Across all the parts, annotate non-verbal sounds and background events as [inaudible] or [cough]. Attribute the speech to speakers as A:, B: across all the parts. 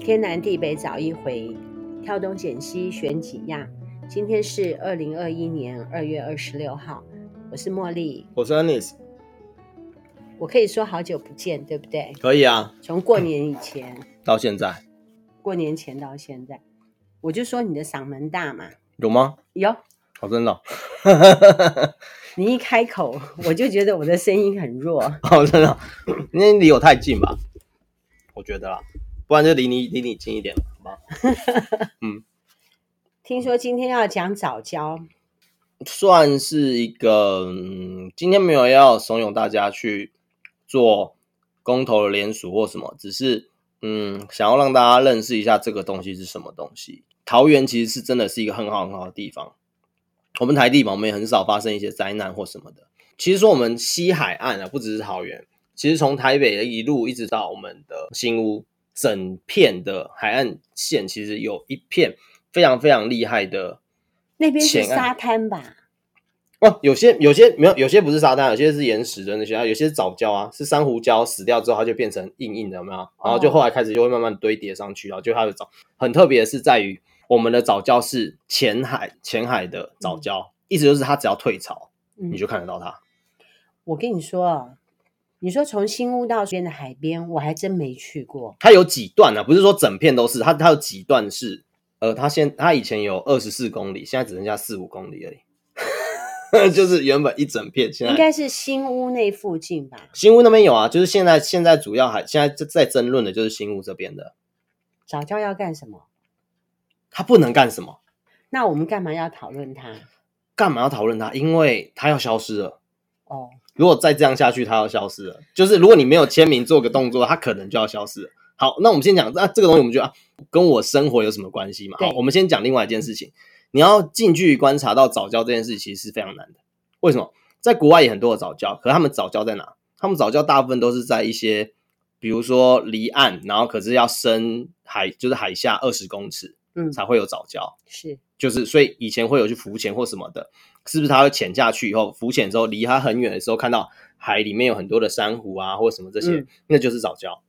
A: 天南地北找一回，挑东拣西选几样。今天是二零二一年二月二十六号，我是茉莉。
B: 我是 Anis，
A: 我可以说好久不见，对不对？
B: 可以啊，
A: 从过年以前，
B: [laughs] 到现在
A: 过年前到现在，我就说你的嗓门大嘛。
B: 有吗？
A: 有，
B: 好、真 [laughs] 的哦，
A: 你一开口， [laughs] 我就觉得我的声音很弱。
B: 好、真的哦，因为离我太近吧，我觉得啦，不然就离你离你近一点吧，好吧？
A: 听说今天要讲早教，
B: 算是一个，嗯，今天没有要怂恿大家去做公投的联署或什么，只是嗯，想要让大家认识一下这个东西是什么东西。桃园其实是真的是一个很好很好的地方，我们台地嘛，我们也很少发生一些灾难或什么的。其实说我们西海岸啊，不只是桃园，其实从台北一路一直到我们的新屋，整片的海岸线其实有一片非常非常厉害的
A: 那边是
B: 前岸
A: 沙滩吧？
B: 哦，有些有些没有，有些不是沙滩，有些是岩石的那些，啊有些是藻礁啊，是珊瑚礁死掉之后它就变成硬硬的，有没有？然后就后来开始就会慢慢堆叠上去，然后就它的藻很特别，是在于我们的藻礁是浅海浅海的藻礁，意思就是它只要退潮，
A: 嗯
B: 你就看得到它。
A: 我跟你说哦，你说从新屋到这边的海边，我还真没去过。
B: 它有几段啊，不是说整片都是，它它有几段是，呃，它现它以前有二十四公里，现在只剩下四五公里而已， [laughs] 就是原本一整片，现在
A: 应该是新屋那附近吧？
B: 新屋那边有啊，就是现在现在主要还现在在在争论的就是新屋这边的，
A: 早教要干什么？
B: 他不能干什么？
A: 那我们干嘛要讨论它？
B: 干嘛要讨论它？因为它要消失了。
A: 哦，
B: 如果再这样下去，它要消失了。就是如果你没有签名做个动作，它可能就要消失了。好，那我们先讲那、啊、这个东西，我们就啊，跟我生活有什么关系嘛？
A: 对
B: 好，我们先讲另外一件事情。你要近距离观察到早教这件事，其实是非常难的。为什么？在国外也很多的早教，可是他们早教在哪？他们早教大部分都是在一些，比如说离岸，然后可是要深海，就是海下二十公尺
A: 嗯，
B: 才会有早教。
A: 是
B: 就是所以以前会有去浮潜或什么的，是不是它会潜下去以后，浮潜之后离它很远的时候，看到海里面有很多的珊瑚啊或什么这些，
A: 嗯
B: 那就是早教。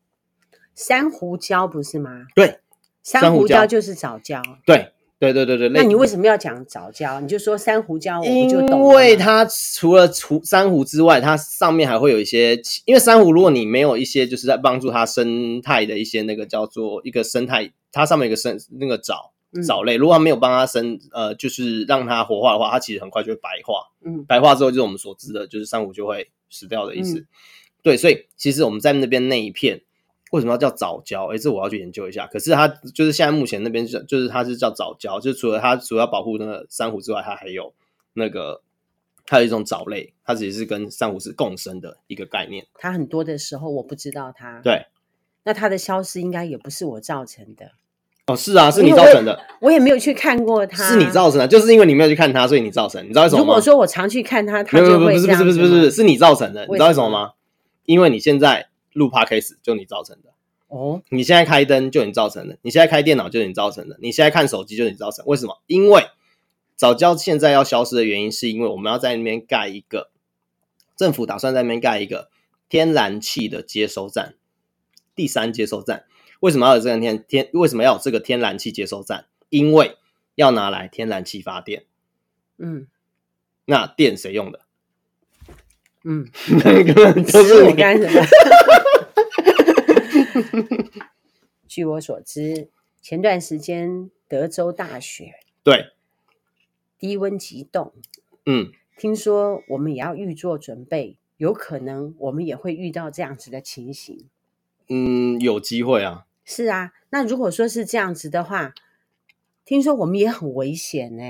A: 珊瑚礁不是吗？
B: 对
A: 珊瑚
B: 瑚礁
A: 礁就是早教。
B: 对对对对对，
A: 那
B: 类
A: 你为什么要讲早教？你就说珊瑚礁，我不就
B: 因
A: 懂了吗。
B: 为它除了除珊瑚之外，它上面还会有一些，因为珊瑚如果你没有一些就是在帮助它生态的一些那个叫做一个生态，它上面有一个生那个藻
A: 嗯
B: 藻类，如果它没有帮它生呃就是让它活化的话，它其实很快就会白化。
A: 嗯
B: 白化之后，就是我们所知的，就是珊瑚就会死掉的意思。
A: 嗯
B: 对，所以其实我们在那边那一片为什么要叫藻礁？诶，这我要去研究一下。可是它就是现在目前那边就就是它是叫藻礁，就是除了它主要保护那个珊瑚之外，它还有那个它有一种藻类，它其实是跟珊瑚是共生的一个概念。
A: 它很多的时候我不知道它。
B: 对，
A: 那它的消失应该也不是我造成的，
B: 哦，是啊，是你
A: 因为
B: 造
A: 我也
B: 成的，
A: 我也没有去看过它。
B: 是你造成的，就是因为你没有去看它，所以你造成。你知道为什么
A: 如
B: 吗？
A: 果说我常去看它，它
B: 没有
A: 就
B: 没有
A: 会
B: 不
A: 这
B: 是不
A: 样
B: 是
A: 子
B: 不是不
A: 吗
B: 是是你造成的，你知道为什么
A: 为什
B: 吗？因为你现在录 podcast 就你造成的，
A: 哦，
B: 你现在开灯就你造成的，你现在开电脑就你造成的，你现在看手机就你造成。为什么？因为早教现在要消失的原因，是因为我们要在那边盖一个政府打算在那边盖一个天然气的接收站，第三接收站。为什么要有这个天天？为什么要有这个天然气接收站？因为要拿来天然气发电。
A: 嗯
B: 那电谁用的？
A: 嗯，
B: 根 [laughs] 本就是是
A: 我
B: 你
A: 干什
B: [laughs]
A: 么？据我所知，前段时间德州大雪
B: 对，
A: 低温急冻，
B: 嗯，
A: 听说我们也要预做准备，有可能我们也会遇到这样子的情形。
B: 嗯，有机会啊。
A: 是啊，那如果说是这样子的话，听说我们也很危险呢、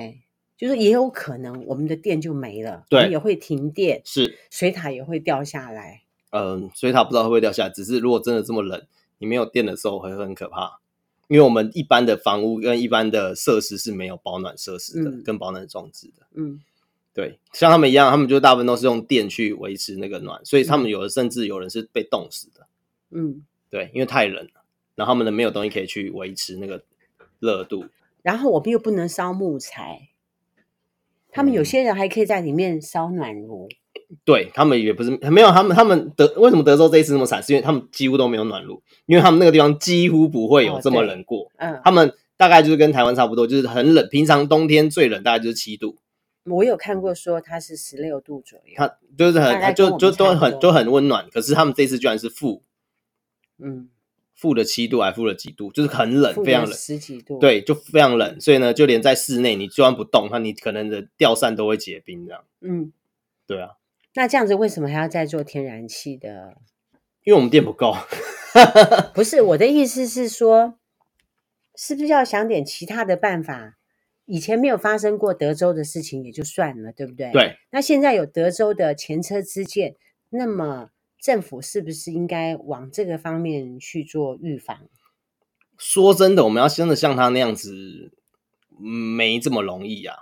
A: 就是也有可能我们的电就没了，我们
B: 对
A: 也会停电，
B: 是，
A: 水塔也会掉下来。
B: 嗯、所以它不知道会不会掉下来。只是如果真的这么冷，你没有电的时候会很可怕，因为我们一般的房屋跟一般的设施是没有保暖设施的，
A: 嗯
B: 跟保暖装置的。
A: 嗯，
B: 对，像他们一样，他们就大部分都是用电去维持那个暖，所以他们有的甚至有人是被冻死的。
A: 嗯，
B: 对，因为太冷了，然后他们的没有东西可以去维持那个热度。
A: 然后我们又不能烧木材，他们有
B: 嗯
A: 些人还可以在里面烧暖炉，
B: 对他们也不是没有他们，他们德为什么德州这一次那么惨？是因为他们几乎都没有暖炉，因为他们那个地方几乎不会有
A: 哦
B: 这么
A: 对
B: 冷过。
A: 嗯，
B: 他们大概就是跟台湾差不多，就是很冷，平常冬天最冷大概就是七度，
A: 我有看过说它是十六度左右，
B: 它就是
A: 大概
B: 很
A: 跟我
B: 就
A: 们
B: 就都
A: 差不
B: 很
A: 多
B: 就很温暖。可是他们这次居然是负
A: 嗯，
B: 负的七度，还负了几度，就是很冷，
A: 负
B: 非常
A: 的
B: 冷。
A: 十几度，，
B: 对，就非常冷，所以呢，就连在室内，你就算不动，它你可能的吊扇都会结冰这样。
A: 嗯，
B: 对啊，
A: 那这样子为什么还要再做天然气的？
B: 因为我们电不够，
A: 不是我的意思是说，是不是要想点其他的办法？以前没有发生过德州的事情也就算了，对不对？。
B: 对，
A: 那现在有德州的前车之鉴，那么政府是不是应该往这个方面去做预防？
B: 说真的，我们要真的像他那样子，嗯没这么容易啊。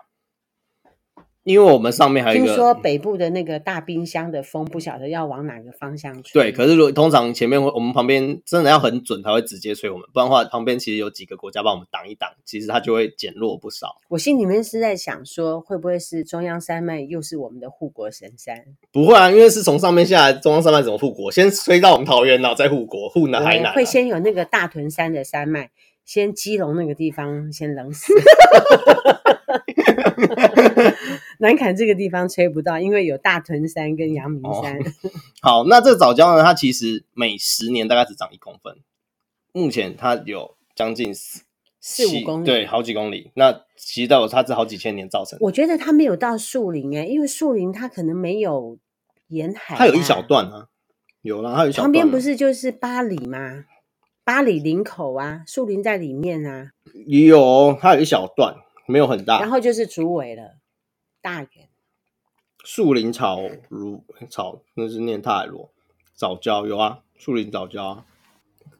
B: 因为我们上面还有一
A: 听
B: 个，嗯
A: 说北部的那个大冰箱的风不晓得要往哪个方向吹。
B: 对，可是如果通常前面会，我们旁边真的要很准才会直接催我们，不然的话，旁边其实有几个国家帮我们挡一挡，其实它就会减弱不少。
A: 我心里面是在想说，会不会是中央山脉又是我们的护国神山？
B: 不会啊，因为是从上面下来，中央山脉怎么护国？先吹到我们桃园，然后再护国，护南海南、啊。
A: 会先有那个大屯山的山脉，先基隆那个地方先冷死， [laughs] 南坎这个地方吹不到，因为有大屯山跟阳明
B: 哦
A: 山。 [laughs]
B: 好，那这个早教呢，它其实每十年大概只长一公分，目前它有将近四
A: 四五
B: 七
A: 公里
B: 对，好几公里。那其实代表它是好几千年造成的，
A: 我觉得它没有到树林哎、因为树林它可能没有沿海、
B: 它有一小，段啊，有啦，它有一小段、
A: 旁边不是就是巴黎吗？巴黎林口啊，树林在里面啊，
B: 也有，它有一小段，没有很
A: 然
B: 大。
A: 后就是竹围了，大园。
B: 树林草如草，那是念泰罗早教有啊，树林早教啊。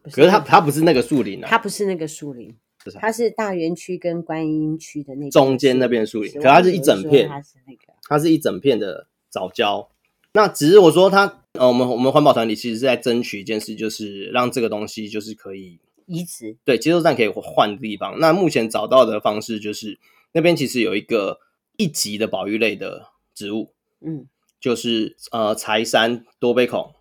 A: 不
B: 可是它它不是那个树林
A: 它
B: 啊，
A: 不是那个树林
B: 不是，啊
A: 它是大园区跟观音区的那边
B: 中间那片树林
A: 是
B: 可它是一
A: 我刚
B: 整
A: 以为
B: 片
A: 说它是那个
B: 它是一整片的早教。那只是我说它，呃，我们我们环保团体其实是在争取一件事，就是让这个东西就是可以
A: 遗址，
B: 对接收站可以换地方。那目前找到的方式就是那边其实有一个一级的保育类的植物，
A: 嗯，
B: 就是呃柴山多杯孔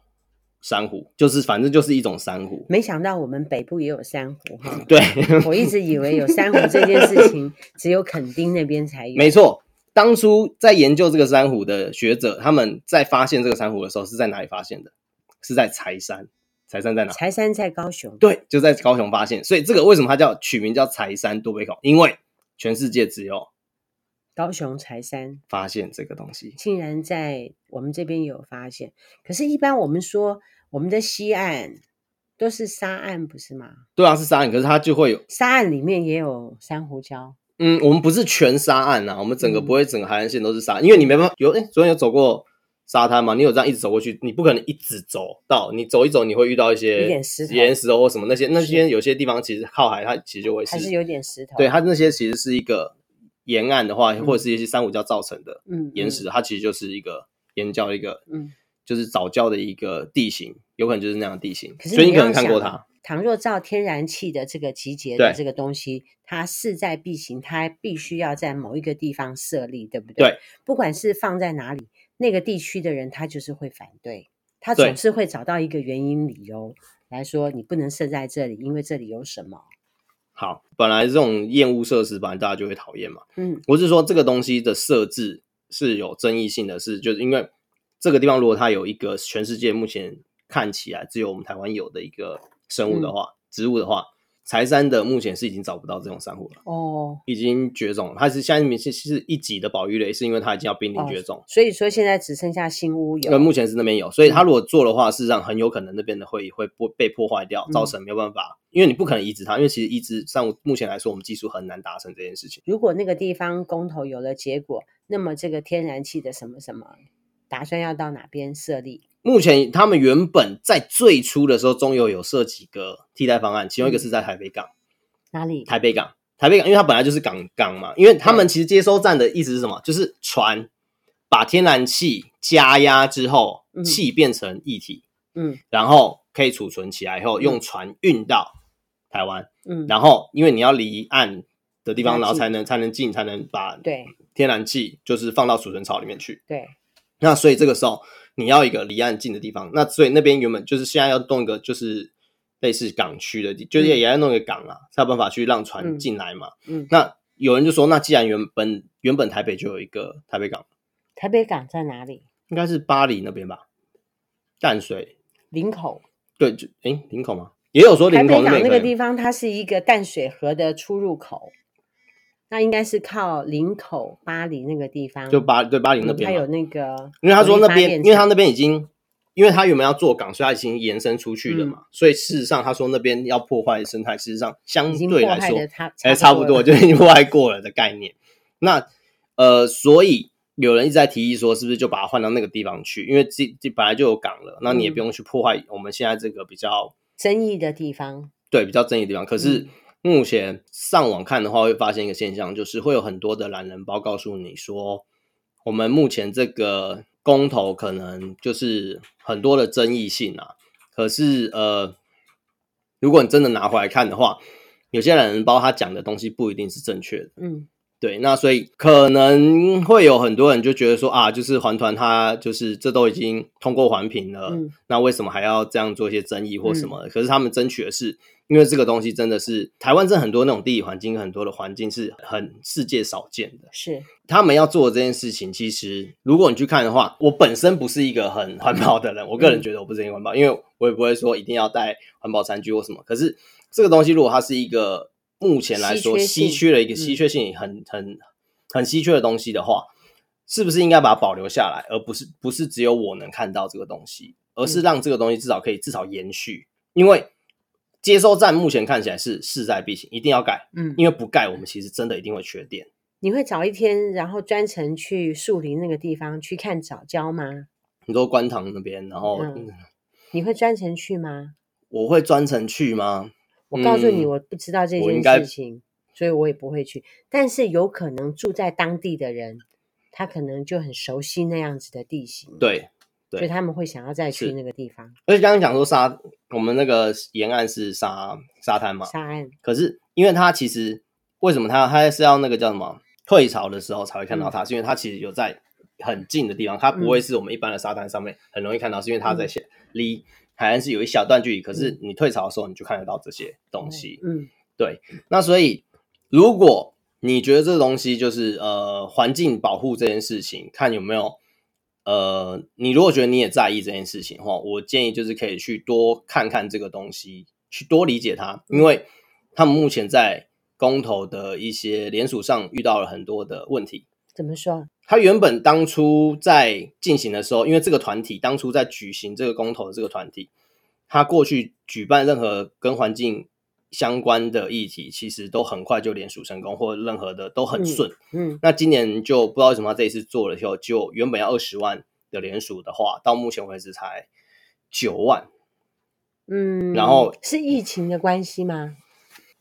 B: 珊瑚，就是反正就是一种珊瑚。。
A: 没想到我们北部也有珊瑚哈
B: 对， [laughs]
A: 我一直以为有珊瑚这件事情， [laughs] 只有垦丁那边才有。
B: 没错，当初在研究这个珊瑚的学者，他们在发现这个珊瑚的时候是在哪里发现的？是在柴山。柴山在哪？
A: 柴山在高雄，
B: 对，就在高雄发现。所以这个为什么它叫取名叫柴山多贝孔？因为全世界只有
A: 高雄柴山
B: 发现这个东西。
A: 竟然在我们这边有发现。可是，一般我们说我们的西岸都是沙岸，不是吗？
B: 对啊，是沙岸，可是它就会有，
A: 沙岸里面也有珊瑚礁，
B: 嗯，我们不是全沙岸啊，我们整个
A: 嗯
B: 不会整个海岸线都是沙，因为你没办法有，哎，昨天有走过沙滩嘛，你有这样一直走过去，你不可能一直走到，你走一走你会遇到一些
A: 有点石头
B: 岩石头或什么那些那些有些地方其实靠海，它其实就会
A: 还是有点石头。
B: 对，它那些其实是一个沿岸的话，或者是一些珊瑚礁造成的
A: 嗯，
B: 岩
A: 嗯
B: 石，它其实就是一个岩礁的一个，
A: 嗯，
B: 就是藻礁的一个地形，有可能就是那样的地形，
A: 可是
B: 所以你可
A: 要
B: 能看过
A: 想
B: 它。。
A: 倘若照天然气的这个集结的
B: 对
A: 这个东西，它势在必行，它必须要在某一个地方设立，对不对？
B: 对，
A: 不管是放在哪里，那个地区的人他就是会反对，他
B: 对
A: 总是会找到一个原因理由来说你不能设在这里，因为这里有什么。
B: 好，本来这种厌恶设施，本来大家就会讨厌嘛。
A: 嗯
B: 我是说这个东西的设置是有争议性的是，就是因为这个地方如果它有一个全世界目前看起来只有我们台湾有的一个生物
A: 嗯
B: 的话，植物的话，柴山的目前是已经找不到这种珊瑚了。
A: 哦
B: 已经绝种了，它是现在是是一级的保育类，是因为它已经要濒临
A: 哦
B: 绝种。
A: 所以说现在只剩下新屋有嗯
B: 呃，目前是那边有，所以它如果做的话，事实上很有可能那边的会会破被破坏掉，
A: 嗯
B: 造成没有办法，因为你不可能移植它，因为其实移植上目前来说，我们技术很难达成这件事情。
A: 如果那个地方公投有了结果，那么这个天然气的什么什么，打算要到哪边设立？
B: 目前他们原本在最初的时候，中油有设几个替代方案，其中
A: 嗯
B: 一个是在台北港，
A: 哪里？
B: 台北港，台北港，因为它本来就是港港嘛，因为他们其实接收站的意思是什么？就是船把天然气加压之后
A: 嗯，
B: 气变成液体。
A: 嗯
B: 然后可以储存起来以后，
A: 嗯
B: 用船运到台湾，
A: 嗯，
B: 然后因为你要离岸的地方，
A: 了解
B: 然后才能才能进，才能把
A: 对
B: 天然气就是放到储存槽里面去。
A: 对，
B: 那所以这个时候你要一个离岸近的地方，那所以那边原本就是现在要弄一个就是类似港区的地，就是也要弄一个港啊，才有办法去让船进来嘛。
A: 嗯，
B: 那有人就说，那既然原本原本台北就有一个台北港，
A: 台北港在哪里？
B: 应该是巴黎那边吧，淡水
A: 林口。
B: 对，就诶林口吗？也有说
A: 台
B: 林
A: 北
B: 口
A: 港
B: 边
A: 那
B: 可
A: 个
B: 以
A: 地方，它是一个淡水河的出入口，那应该是靠林口、巴黎那个地方。
B: 就巴对巴黎那
A: 嗯
B: 边
A: 它
B: 嘛
A: 有那个，
B: 因为他说那边，因为他
A: 那
B: 那边已经，因为他原本要做港，所以他已经延伸出
A: 嗯
B: 去了嘛。所以事实上，他说那边要破坏生态，事实上相
A: 已经
B: 对
A: 破
B: 来
A: 坏
B: 说
A: 的，差，
B: 哎，差不多
A: 了
B: 就已经破坏过了的概念。 [laughs] 那呃，所以有人一直在提议说，是不是就把它换到那个地方去？因为这这本来就有港了，那你也
A: 嗯
B: 不用去破坏我们现在这个比较
A: 争议的地方。
B: 对比较争议的地方。可是
A: 嗯
B: 目前上网看的话，会发现一个现象，就是会有很多的懒人包告诉你说，我们目前这个公投可能就是很多的争议性啊。可是呃，如果你真的拿回来看的话，有些懒人包他讲的东西不一定是正确的。
A: 嗯，
B: 对，那所以可能会有很多人就觉得说啊，就是环团他就是这都已经通过环评了，
A: 嗯
B: 那为什么还要这样做一些争议或什么？可是他们争取的是，因为这个东西真的是台湾，真的很多那种地理环境，很多的环境是很世界少见的。
A: 是
B: 他们要做的这件事情，其实如果你去看的话，我本身不是一个很环保的人，我个
A: 嗯
B: 人觉得我不是很环保，因为我也不会说一定要带环保餐具或什么。可是这个东西，如果它是一个目前来说
A: 稀缺性
B: 稀缺的一个
A: 嗯
B: 稀缺性很很很稀缺的东西的话，是不是应该把它保留下来，而不是不是只有我能看到这个东西，而
A: 嗯
B: 是让这个东西至少可以至少延续？因为接收站目前看起来是势在必行，一定要盖，
A: 嗯，
B: 因为不盖我们其实真的一定会缺电。
A: 你会找一天，然后专程去树林那个地方去看早教吗？
B: 你说观塘那边，然后、
A: 嗯你会专程去吗？
B: 我会专程去吗？
A: 我告诉你，
B: 嗯
A: 我不知道这
B: 我应
A: 件
B: 该
A: 事情，所以我也不会去。但是有可能住在当地的人，他可能就很熟悉那样子的地形，，
B: 对，
A: 所以他们会想要再去
B: 是
A: 那个地方
B: 而且刚刚讲说沙，我们那个沿岸是沙沙滩嘛，
A: 沙岸。
B: 可是因为它其实为什么它它是要那个叫什么退潮的时候才会看
A: 嗯
B: 到它，是因为它其实有在很近的地方，它不会是我们一般的沙滩上面很容易看到，是因为它在
A: 嗯
B: 下离海岸是有一小段距离，可是你退潮的时候你就看得到这些东西。
A: 嗯，
B: 那所以，如果你觉得这东西就是呃环境保护这件事情，看有没有呃，你如果觉得你也在意这件事情的话，我建议就是可以去多看看这个东西，去多理解它，因为他们目前在公投的一些联署上遇到了很多的问题。
A: 怎么说？
B: 他原本当初在进行的时候，因为这个团体当初在举行这个公投的这个团体，他过去举办任何跟环境相关的议题，其实都很快就联署成功，或任何的都很顺。
A: 嗯，
B: 那今年就不知道为什么他这一次做了以后，就原本要二十万的联署的话，到目前为止才九万。
A: 嗯，
B: 然后
A: 是疫情的关系吗？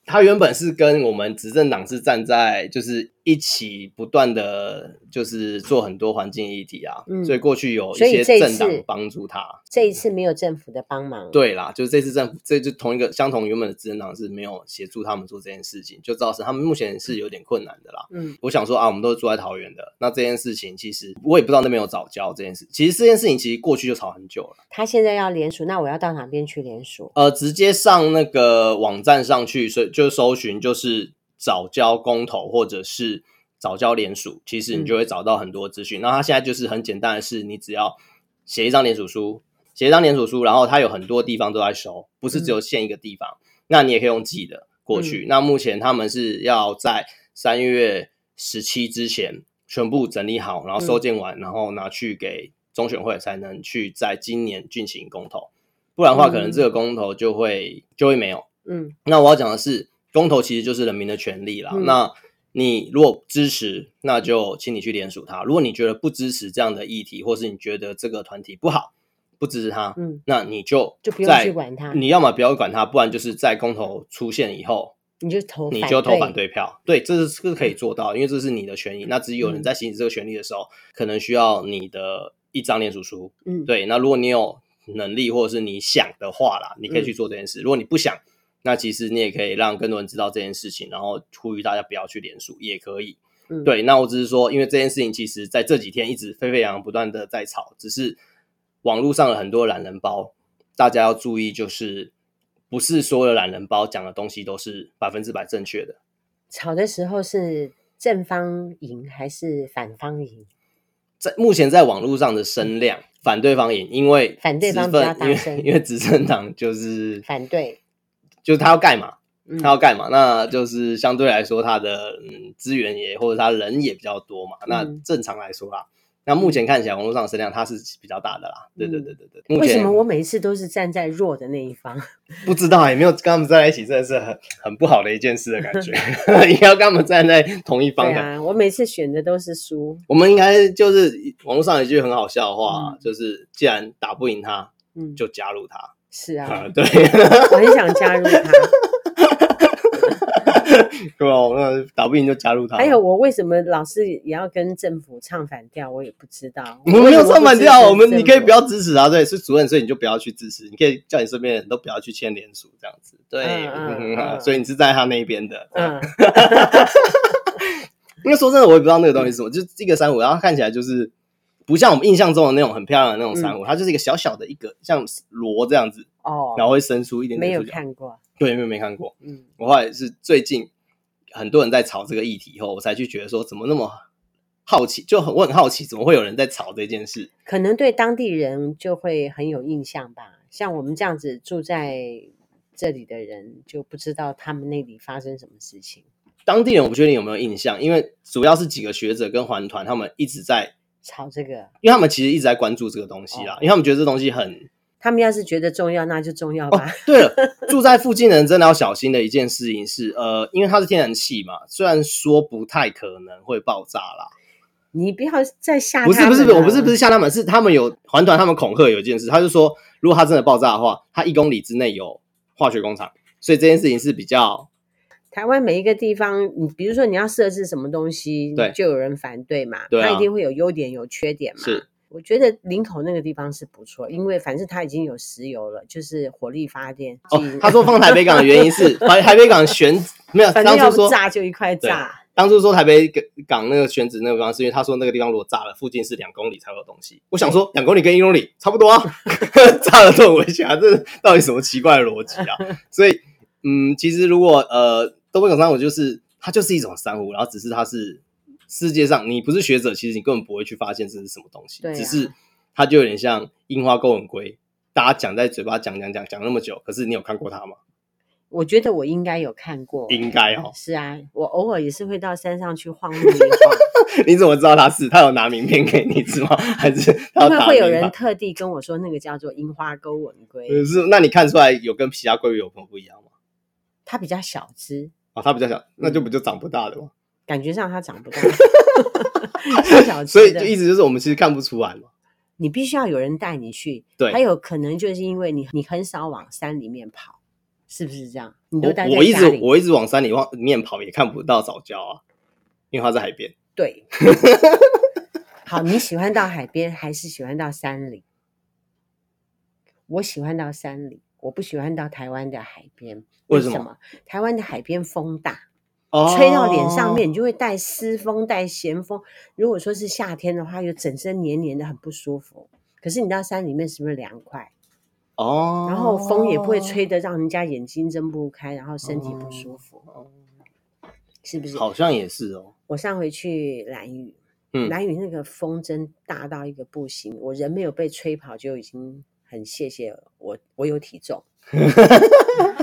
B: 他原本是跟我们执政党是站在就是一起不断的就是做很多环境议题啊，
A: 嗯
B: 所以过去有一
A: 所以
B: 些
A: 这一
B: 政党
A: 次
B: 帮助他。
A: 这一次没有政府的帮忙，，
B: 对啦，就是这次政府，这就同一个相同原本的执政党是没有协助他们做这件事情，就造成他们目前是有点困难的啦。
A: 嗯，
B: 我想说啊，我们都是住在桃园的，那这件事情其实我也不知道那边有早教这件事，其实这件事情其实过去就吵很久了。
A: 他现在要联署，那我要到哪边去联署？
B: 呃，直接上那个网站上去，所以就搜寻就是早教公投或者是早教联署，其实你就会找到很多资讯。那它现在就是很简单的是，你只要写一张联署书，写一张联署书，然后它有很多地方都在收，不是只有限一个地方。那你也可以用寄的过去。那目前他们是要在三月十七之前全部整理好，然后收件完，然后拿去给中选会才能去在今年进行公投。不然的话，可能这个公投就会、就会没有。
A: 嗯
B: 那我要讲的是，公投其实就是人民的权利啦。
A: 嗯
B: 那你如果支持，那就请你去联署它；如果你觉得不支持这样的议题，或是你觉得这个团体不好，不支持它，
A: 嗯，
B: 那你就
A: 就不用
B: 在
A: 去管它
B: 你要么不要管它，不然就是在公投出现以后，
A: 你就投，
B: 你就投反。对票。对，这是这是可以做到，因为这是你的权益。那只
A: 嗯
B: 有人在行使这个权利的时候，可能需要你的一张联署书。
A: 嗯，
B: 对，那如果你有能力或者是你想的话啦，你可以去
A: 嗯
B: 做这件事。如果你不想，那其实你也可以让更多人知道这件事情，然后呼吁大家不要去联署也可以。
A: 嗯
B: 对，那我只是说，因为这件事情其实在这几天一直沸沸扬扬，不断的在吵，只是网络上有很多懒人包，大家要注意，就是不是所有的懒人包讲的东西都是百分之百正确的。
A: 吵的时候是正方赢还是反方赢？
B: 在目前在网络上的声量，反对方赢，因为
A: 反对方
B: 执政
A: 比较大
B: 因为
A: 声
B: 因为执 [laughs] 政党就是
A: 反对，
B: 就是他要盖嘛，
A: 嗯
B: 他要盖嘛，那就是相对来说他的嗯资源也或者他人也比较多嘛，那
A: 嗯
B: 正常来说啦，那目前看起来网络上的声量它是比较大的啦，对对
A: 嗯
B: 对对对，目
A: 为什
B: 前
A: 么我每一次都是站在弱的那一方？ [laughs]
B: 不知道也没有跟他们站在一起，真的是很很不好的一件事的感
A: [laughs]
B: 觉， [laughs] 也要跟他们站在同一方
A: 对
B: 的，
A: 啊，我每次选的都是输。
B: 我们应该就是网络上有一句很好笑的话，
A: 嗯
B: 就是既然打不赢他，
A: 嗯，
B: 就加入他，
A: 是
B: 啊、 [laughs]
A: 啊，
B: 对。
A: 我很想加入他。
B: [laughs] 对吧？我那打不赢就加入他。
A: 还有，我为什么老是也要跟政府唱反调？我也不知道。
B: 我们没有唱反调，我们你可以不
A: 要。
B: 要支持他，对，是主任，所以你就不要去支持，你可以叫你身边的人都不要去签联署，这样子，对，
A: 嗯嗯
B: 嗯
A: 嗯
B: 所以你是在他那边的，嗯，
A: 嗯，
B: 因为说真的，我也不知道那个东西是什么，就是一个珊瑚，然后它看起来就是不像我们印象中的那种很漂亮的那种珊
A: 嗯
B: 瑚，它就是一个小小的一个像螺这样子，
A: 哦，
B: 然后会伸出一点点
A: 没有
B: 触角，
A: 看过。
B: 对，没有没看过，
A: 嗯，
B: 我后来是最近很多人在吵这个议题以后，我才去觉得说怎么那么好奇，就很我很好奇，怎么会有人在吵这件事？
A: 可能对当地人就会很有印象吧。像我们这样子住在这里的人，就不知道他们那里发生什么事情。
B: 当地人我不确定有没有印象，因为主要是几个学者跟环团他们一直在，
A: 吵这个，
B: 因为他们其实一直在关注这个东西啦，
A: 哦
B: 因为他们觉得这东西很。
A: 他们要是觉得重要，那就重
B: 哦
A: 要吧。
B: 对了，住在附近的人真的要小心的一件事情是，呃，因为它是天然气嘛，虽然说不太可能会爆炸啦，
A: 你不要再吓
B: 不是
A: 他
B: 不是
A: 们啊
B: 我不是
A: 了
B: 不是吓他们，是他们有环团，他们恐吓有一件事，他就说如果它真的爆炸的话，它一公里之内有化学工厂，所以这件事情是比较
A: 台湾每一个地方，你比如说你要设置什么东西，
B: 对
A: 就有人反对嘛，
B: 对
A: 它
B: 啊
A: 一定会有优点有缺点嘛。
B: 是
A: 我觉得林口那个地方是不错，因为反正它已经有石油了，就是火力发电。
B: 哦
A: 所以。
B: 他说放台北港的原因
A: [laughs]
B: 是台台北港选没有
A: 反
B: 当
A: 正要
B: 初说
A: 炸就一块炸，
B: 当初说台北港那个选址那个地方，是因为他说那个地方如果炸了，附近是两公里才有东西。我想说两公里跟一公里差不多啊， [laughs] 炸了都很危险啊，这到底什么奇怪的逻辑啊？
A: [laughs]
B: 所以嗯，其实如果呃东北港珊瑚就是它就是一种珊瑚，然后只是它是世界上你不是学者，其实你根本不会去发现这是什么东西，
A: 对啊
B: 只是它就有点像樱花勾吻龟。大家讲在嘴巴讲讲讲讲那么久，可是你有看过它吗？
A: 我觉得我应该有看过。
B: 应该哦，
A: 是啊，我偶尔也是会到山上去晃路一晃，
B: [laughs] 你怎么知道他是？他有拿名片给你是吗？还是 [laughs] 他
A: 因为
B: 打
A: 会有
B: 名
A: 人
B: 牌
A: 特地跟我说那个叫做樱花钩吻龟，
B: 呃是？那你看出来有跟其他鲑鱼有什么不一样吗？
A: 它比较小只，
B: 啊，它比较
A: 嗯
B: 小，那就不就长不大的吗？
A: 感觉上它长不大， [laughs] 哦是小
B: 所以
A: 只
B: 就
A: 的。
B: 意思就是我们其实看不出来嘛。
A: 你必须要有人带你去。
B: 对
A: 还有可能就是因为你你很少往山里面跑，是不是这样？你都
B: 我
A: 待在
B: 我一
A: 家
B: 直
A: 里，
B: 我一直往山里往面跑，也看不到早教啊，因为它在海边。
A: 对。好，你喜欢到海边还是喜欢到山里？我喜欢到山里，我不喜欢到台湾的海边。
B: 为
A: 什
B: 什么
A: 台湾的海边风大，
B: 哦
A: 吹到脸上面，你就会带湿风、带咸风。如果说是夏天的话，又整身黏黏的，很不舒服。可是你到山里面是不是凉快？
B: 哦，
A: 然后风也不会吹得让人家眼睛睁不开，然后身体不舒服，
B: 哦，
A: 是不是？
B: 好像也是哦。
A: 我上回去蓝雨，
B: 嗯，
A: 蓝雨那个风真大到一个不行，我人没有被吹跑就已经很谢谢我，我有体
B: [laughs]
A: 重。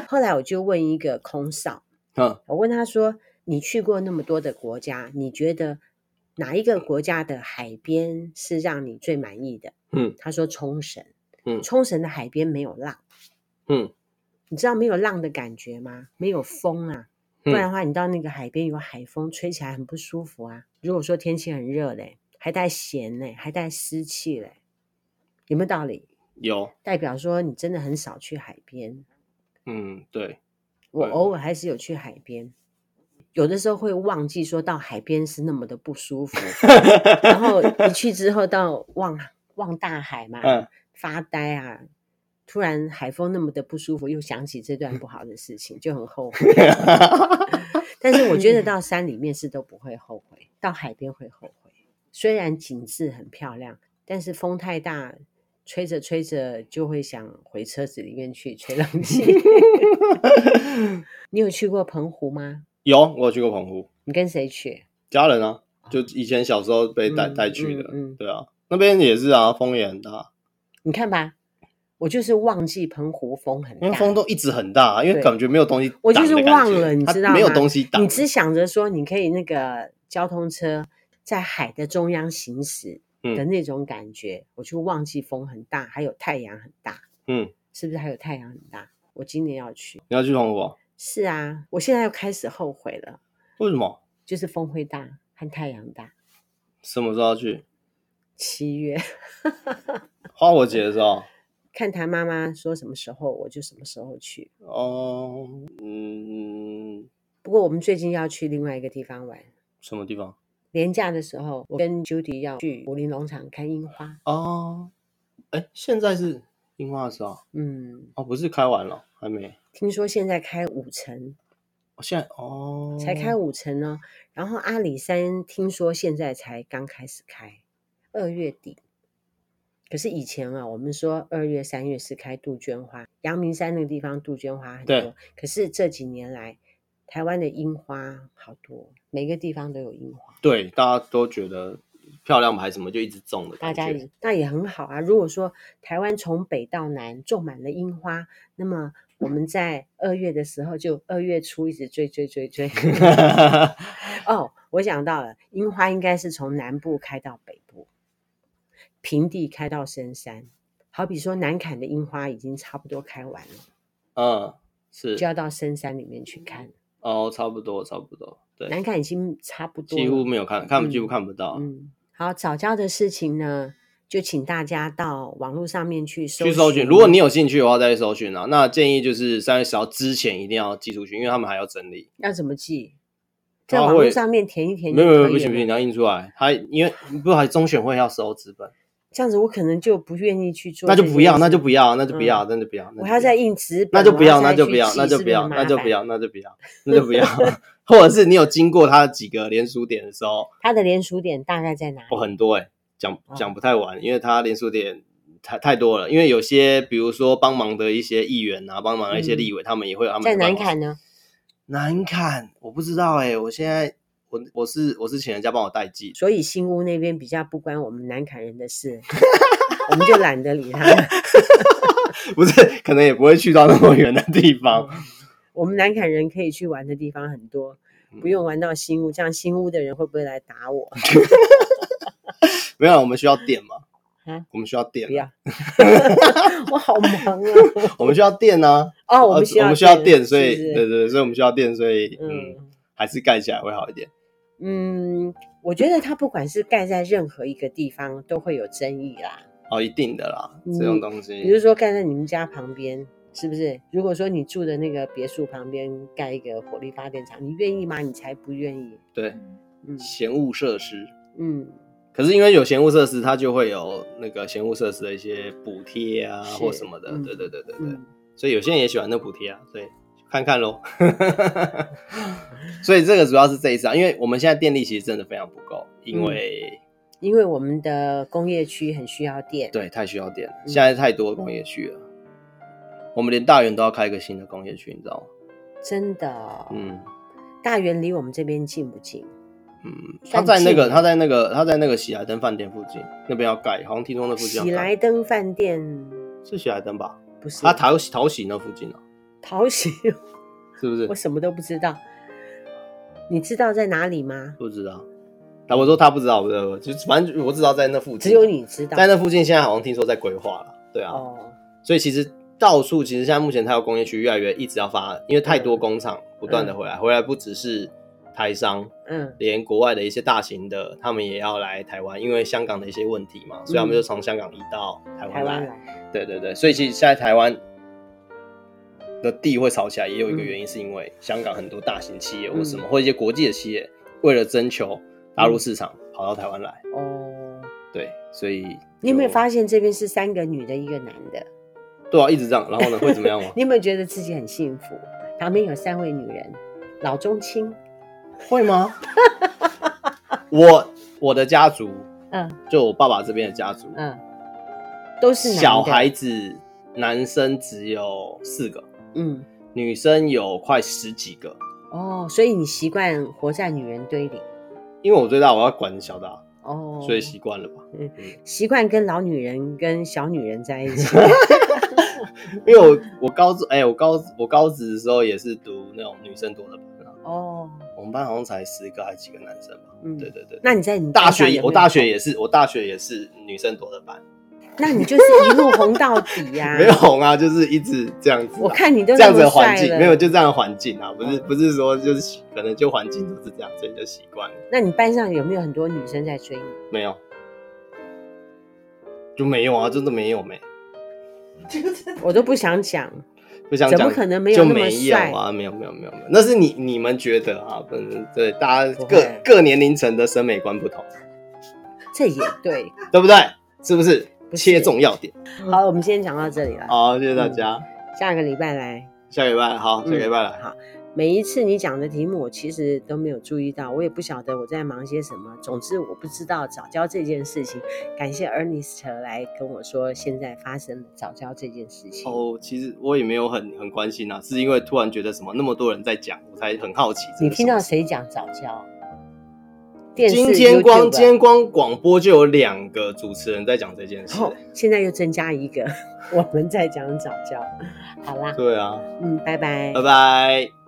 A: 后来我就问一个空少，
B: 嗯，
A: 我问他说：“你去过那么多的国家，你觉得哪一个国家的海边是让你最满意的？”
B: 嗯，
A: 他说冲绳。
B: 嗯
A: 冲绳的海边没有浪。
B: 嗯，
A: 你知道没有浪的感觉吗？没有风啊，不
B: 嗯
A: 然的话，你到那个海边有海风，吹起来很不舒服啊。如果说天气很热嘞，还带咸嘞，还带湿气嘞，有没有道理？
B: 有，
A: 代表说你真的很少去海边。
B: 嗯，对，
A: 我
B: 嗯
A: 偶尔还是有去海边，有的时候会忘记说到海边是那么的不舒服，然后一去之后到望望大海嘛，
B: [laughs] 嗯 [laughs]
A: 发呆啊，突然海风那么的不舒服，又想起这段不好
B: [laughs]
A: 的事情，就很后悔。但是我觉得到山里面是都不会后悔， [clears throat] 到海边会后悔。虽然景致很漂亮，但是风太大，吹着吹着就会想回车子里面去吹冷
B: [laughs]
A: 气。你有去过澎湖吗？
B: 有，我有去过澎湖，
A: 你跟谁去？
B: 家人啊，就以前小时候被带
A: 嗯
B: 带去的，
A: 嗯嗯
B: 对啊，那边也是啊，风也很大，
A: 你看吧，我就是忘记澎湖风很大，
B: 因为嗯风都一直很大，因为
A: 对
B: 感觉没有东西挡
A: 我
B: 的
A: 就是
B: 感觉，
A: 忘了，你
B: 它
A: 知道吗？
B: 没有东西挡，
A: 你只想着说你可以那个交通车在海的中央行驶的
B: 嗯
A: 那种感觉，我就忘记风很大，还有太阳很大，
B: 嗯，
A: 是不是还有太阳很大？我今年要去。
B: 你要去澎湖、哦，
A: 是啊，我现在又开始后悔了，
B: 为什么？
A: 就是风会大和太阳大。
B: 什么时候要去？
A: 七月 [laughs]
B: 花火节的时候。
A: 看他妈妈说什么时候，我就什么时候去。
B: 哦，嗯，
A: 不过我们最近要去另外一个地方玩。
B: 什么地方？
A: 廉假的时候，我跟 Judy 要去武林农场看樱花。
B: 哦，哎，现在是樱花的时候
A: 嗯，
B: 哦，不是开完了，还没。
A: 听说现在开五成，
B: 哦现在哦，
A: 才开五成呢。然后阿里山听说现在才刚开始开，二月底。可是以前啊，我们说二月、三月是开杜鹃花，阳明山那个地方杜鹃花很
B: 对
A: 多。可是这几年来，台湾的樱花好多，每个地方都有樱花，
B: 对，大家都觉得漂亮牌什么就一直中的
A: 大
B: 感觉，
A: 家
B: [laughs]
A: 也那也很好啊。如果说台湾从北到南种满了樱花，那么我们在二月的时候就二月初一直追追追追。 [laughs] 哦，我想到了，樱花应该是从南部开到北部，平地开到深山。好比说，南坎的樱花已经差不多开完了，
B: 嗯，是
A: 就要到深山里面去看。
B: 哦，差不多，差不多，对，
A: 南坎已经差不多了，
B: 几乎没有看，看
A: 嗯
B: 几乎看不到，
A: 嗯，好，早教的事情呢，就请大家到网络上面去搜
B: 去搜寻。如果你有兴趣的话，再去搜寻啊。那建议就是三月十号之前一定要寄出去，因为他们还要整理。
A: 要怎么记，在
B: 它
A: 网络
B: 啊会
A: 上面填一填
B: 没有没
A: 就
B: 有，
A: 可
B: 不
A: 以
B: 行不
A: 了
B: 行，你要印出来。他因为不还中选会要收纸本，
A: 这样子我可能就不愿意去做
B: 那
A: 这件事，
B: 就不要，那就不要，那就不要，
A: 嗯
B: 那就不要。那就
A: 我
B: 不
A: 还要
B: 要
A: 再印纸本，
B: 那就不
A: 然
B: 要，
A: 后
B: 那
A: 再
B: 就
A: 去
B: 不要，
A: 记
B: 那就是不
A: 是
B: 要，
A: 很
B: 那
A: 麻
B: 就不
A: 烦
B: 要，那就不要，那就不
A: [laughs]
B: 要。或者是你有经过他几个连锁点的时候，
A: 它的联署点大概在哪里？
B: 哦，很多哎、讲
A: 哦
B: 讲不太完，因为他连锁点太太多了。因为有些，比如说帮忙的一些议员啊，帮忙的一些
A: 嗯
B: 立委，他们也会有他们
A: 在
B: 的办
A: 南
B: 公
A: 坎
B: 室。
A: 呢？
B: 难看，我不知道哎、我现在我我是我是请人家帮我代记， [laughs]
A: 所以新屋那边比较不关我们南坎人的事， [laughs] 我们就懒得理他们。 [laughs]
B: 不是，可能也不会去到那么远的地
A: 哦
B: 方。
A: 我们南坎人可以去玩的地方很多，不
B: 嗯
A: 用玩到新屋，这样新屋的人会不会来打
B: [laughs]
A: 我？
B: [laughs] 没有，我们需要电嘛
A: 啊？
B: 我们需要电
A: 不
B: 啊， [laughs]
A: 要，我好忙啊！
B: 我们需要电啊！
A: 哦，我
B: 呃
A: 们需要
B: 我们需要电，
A: 电，
B: 所以
A: 是不是
B: 对对对，所以我们需要电，所以嗯，
A: 嗯
B: 还是盖起来会好一点。
A: 嗯，我觉得它不管是盖在任何一个地方，都会有争议啦。
B: 哦，一定的啦，
A: 嗯
B: 这种东西，
A: 比如说盖在你们家旁边，是不是？如果说你住的那个别墅旁边盖一个火力发电厂，你愿意吗？你才不愿意。
B: 对
A: 嗯
B: 闲物设施，
A: 嗯，
B: 可是因为有闲物设施，它就会有那个闲物设施的一些补贴啊
A: 是
B: 或什么的，
A: 嗯
B: 对对对对对，
A: 嗯
B: 所以有些人也喜欢那补贴啊，所以看看喽。 [laughs] 所以这个主要是这一次啊，因为我们现在电力其实真的非常不够，
A: 嗯
B: 因为、
A: 因为我们的工业区很需要电。，
B: 对太需要电了，
A: 嗯
B: 现在太多工业区了，我们连大园都要开一个新的工业区，你知道吗？
A: 真的哦、
B: 嗯。
A: 大园离我们这边近不近？
B: 嗯，他
A: 算
B: 在那个
A: 近
B: 他在那个他在那个喜来登饭店附近那边要盖，好像听说那附近要
A: 喜
B: 盖
A: 来登饭店
B: 是喜来登吧？
A: 不是？
B: 他桃桃喜那附近啊，
A: 淘喜，
B: 是不是
A: 我？什么都不知道。你知道在哪里吗？
B: 不知道。啊，我说他不知道，不知道，就反正我知道在那附近，啊
A: 只有你知道。
B: 在那附近。现在好像听说在规划了，对啊，
A: 哦，
B: 所以其实到处其实现在目前它有工业区越来越一直要发，因为太多工厂不断的回来，回来不只是台商，
A: 嗯
B: 连国外的一些大型的他们也要来台湾，因为香港的一些问题嘛，所以他们就从香港移到台
A: 嗯台
B: 湾来
A: 湾。来，
B: 对对对，所以其实现在台湾的地会吵起来，也
A: 嗯
B: 有一个原因是因为香港很多大型企业或什么，或一些国际的企业，为了征求大
A: 嗯
B: 陆市场，跑到台湾来。
A: 哦，
B: 对，所以
A: 你有没有
B: 就
A: 发现这边是三个女的，一个男的？
B: 对啊，一直这样，然后呢会怎么样吗
A: [laughs] ？你有没有觉得自己很幸福？旁边有三位女人，老中青，
B: 会吗？ [laughs] 我我的家族，
A: 嗯
B: 就我爸爸这边的家族，
A: 嗯，都是男的
B: 小孩，子男生只有四个，
A: 嗯，
B: 女生有快十几个。
A: 哦，所以你习惯活在女人堆里，
B: 因为我最大，我要管小大，
A: 哦，
B: 嗯所以习惯了吧？
A: 习惯跟老女人跟小女人在一起，
B: [laughs]
A: 哦
B: 因为我我高职，哎、我高我高职的时候也是读那种女生多的班啊，
A: 哦，
B: 我们班好像才十个还几个男生吧？
A: 嗯，
B: 对对对。
A: 那你在你
B: 大
A: 班上
B: 学
A: 有没
B: 也，
A: 有
B: 我大学也是，我大学也是女生多的班，
A: 那你就是一路红到底呀、
B: [laughs] 没有红啊，就是一直这样子啊、
A: 嗯我看你都
B: 这
A: 那
B: 样
A: 么
B: 子的环
A: 帅
B: 境，
A: 了
B: 没有就这样的环境啊，不是
A: 嗯
B: 不是说就是习可能就环境都是这样，所以就习惯了。
A: 那你班上有没有很多女生在追你？
B: 没有，就没有啊，真的没有没，
A: 我都不想讲，
B: 不想
A: 怎
B: 讲，
A: 么可能没有
B: 就
A: 那么
B: 没有
A: 帅
B: 啊，没有没有没有没有，那是你你们觉得啊，嗯，对，大家
A: 不会
B: 各各年龄层的审美观不同，
A: 这也
B: [laughs]
A: 对。
B: 对不对？是不是？
A: 不是嗯
B: 切中要点。
A: 好，我们今天讲到这里了，
B: 好，谢谢大家，
A: 下个礼拜来。
B: 下礼拜好，下
A: 嗯
B: 礼拜来。
A: 好，每一次你讲的题目，我其实都没有注意到，我也不晓得我在忙些什么。总之，我不知道早教这件事情。感谢 Ernest 来跟我说现在发生了早教这件事情。
B: 哦，其实我也没有很很关心啊，是因为突然觉得什么那么多人在讲，我才很好奇。
A: 你
B: 这是
A: 听
B: 什么
A: 到
B: 事
A: 谁讲早教？电视
B: 今天光
A: YouTube 啊
B: 今天光广播就有两个主持人在讲这件事、
A: 哦，现在又增加一 [laughs] 个，我们在讲早教。好啦，
B: 对啊，
A: 嗯，拜拜
B: 拜拜。